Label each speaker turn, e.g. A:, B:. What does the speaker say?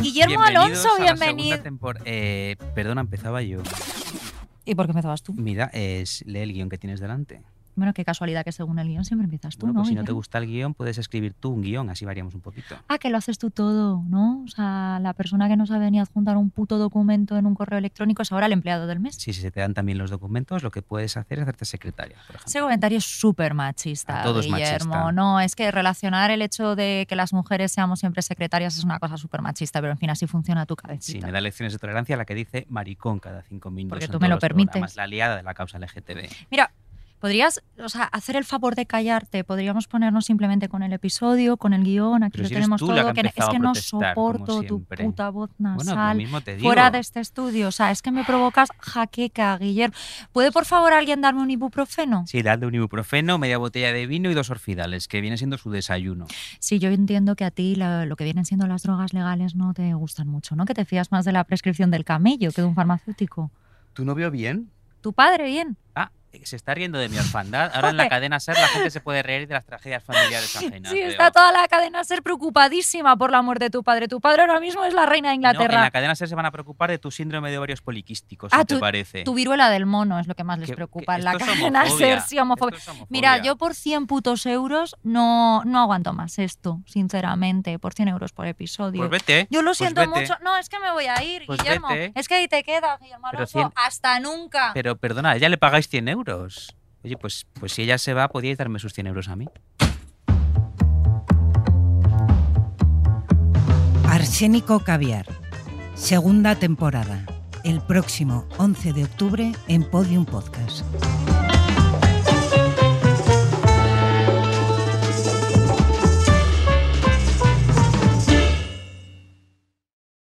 A: Guillermo Alonso,
B: a la
A: bienvenido.
B: segunda tempor- eh, perdona, empezaba yo.
A: ¿Y por qué empezabas tú?
B: Mira, es, lee el guión que tienes delante.
A: Bueno, qué casualidad que según el guión siempre empiezas tú,
B: Bueno, pues si no
A: Guillermo?
B: te gusta el guión, puedes escribir tú un guión, así variamos un poquito.
A: Ah, que lo haces tú todo, ¿no? O sea, la persona que no sabe ni adjuntar un puto documento en un correo electrónico es ahora el empleado del mes.
B: Sí, si se te dan también los documentos, lo que puedes hacer es hacerte secretaria, por ejemplo.
A: Ese comentario es súper machista,
B: A todo es
A: Guillermo.
B: machista.
A: No, es que relacionar el hecho de que las mujeres seamos siempre secretarias es una cosa súper machista, pero en fin, así funciona tu
B: Sí,
A: cabecita.
B: me da lecciones de tolerancia la que dice maricón cada cinco minutos.
A: Porque
B: en
A: tú me
B: todos
A: lo
B: los programas,
A: permites.
B: La aliada de la causa LGTB.
A: Mira, podrías, o sea, hacer el favor de callarte, podríamos ponernos simplemente con el episodio, con el guión, aquí
B: Pero
A: lo
B: si eres
A: tenemos
B: tú la
A: todo,
B: que ha
A: que es
B: empezado
A: que
B: a
A: no
B: protestar, como
A: soporto tu
B: siempre.
A: puta voz
B: Bueno,
A: nasal.
B: lo mismo te digo.
A: fuera de este estudio. O sea, es que me provocas jaqueca, Guillermo. ¿Puede por favor alguien darme un ibuprofeno?
B: Sí, dadle un ibuprofeno, media botella de vino y dos orfidales, que viene siendo su desayuno.
A: Sí, yo entiendo que a ti la- lo que vienen siendo las drogas legales no te gustan mucho, ¿no? Que te fías más de la prescripción del camello que de un farmacéutico.
B: ¿Tu novio bien?
A: Tu padre, bien.
B: Ah, se está riendo de mi orfandad. Ahora en la cadena SER la gente se puede reír de las tragedias familiares ajenas.
A: Sí,
B: veo.
A: está toda la cadena ser preocupadísima por la muerte de tu padre. Tu padre ahora mismo es la reina de
B: No, en la
A: Inglaterra.
B: cadena SER se van a preocupar de tu síndrome de ovarios poliquísticos,
A: Ah,
B: ¿qué te
A: tu-
B: parece?
A: Tu viruela del mono es lo que más les
B: Que-
A: preocupa
B: que
A: en la
B: esto es
A: cadena ser,
B: homofobia,
A: sí, homofobia.
B: esto es homofobia.
A: Mira, yo por 100 putos euros no, no aguanto más esto, sinceramente, por 100 euros por episodio.
B: Pues vete.
A: Yo lo
B: pues
A: siento
B: vete.
A: mucho. No, es que me voy a ir,
B: Pues
A: Guillermo.
B: vete.
A: Es que ahí te quedas, Guillermo
B: Pero
A: Alonso.
B: cien-
A: Hasta nunca.
B: Pero perdona, a ella le pagáis 100 euros. Oye, pues, pues si ella se va, podíais darme sus 100 euros a mí.
C: Arsénico Caviar, segunda temporada, el próximo 11 de octubre en Podium Podcast.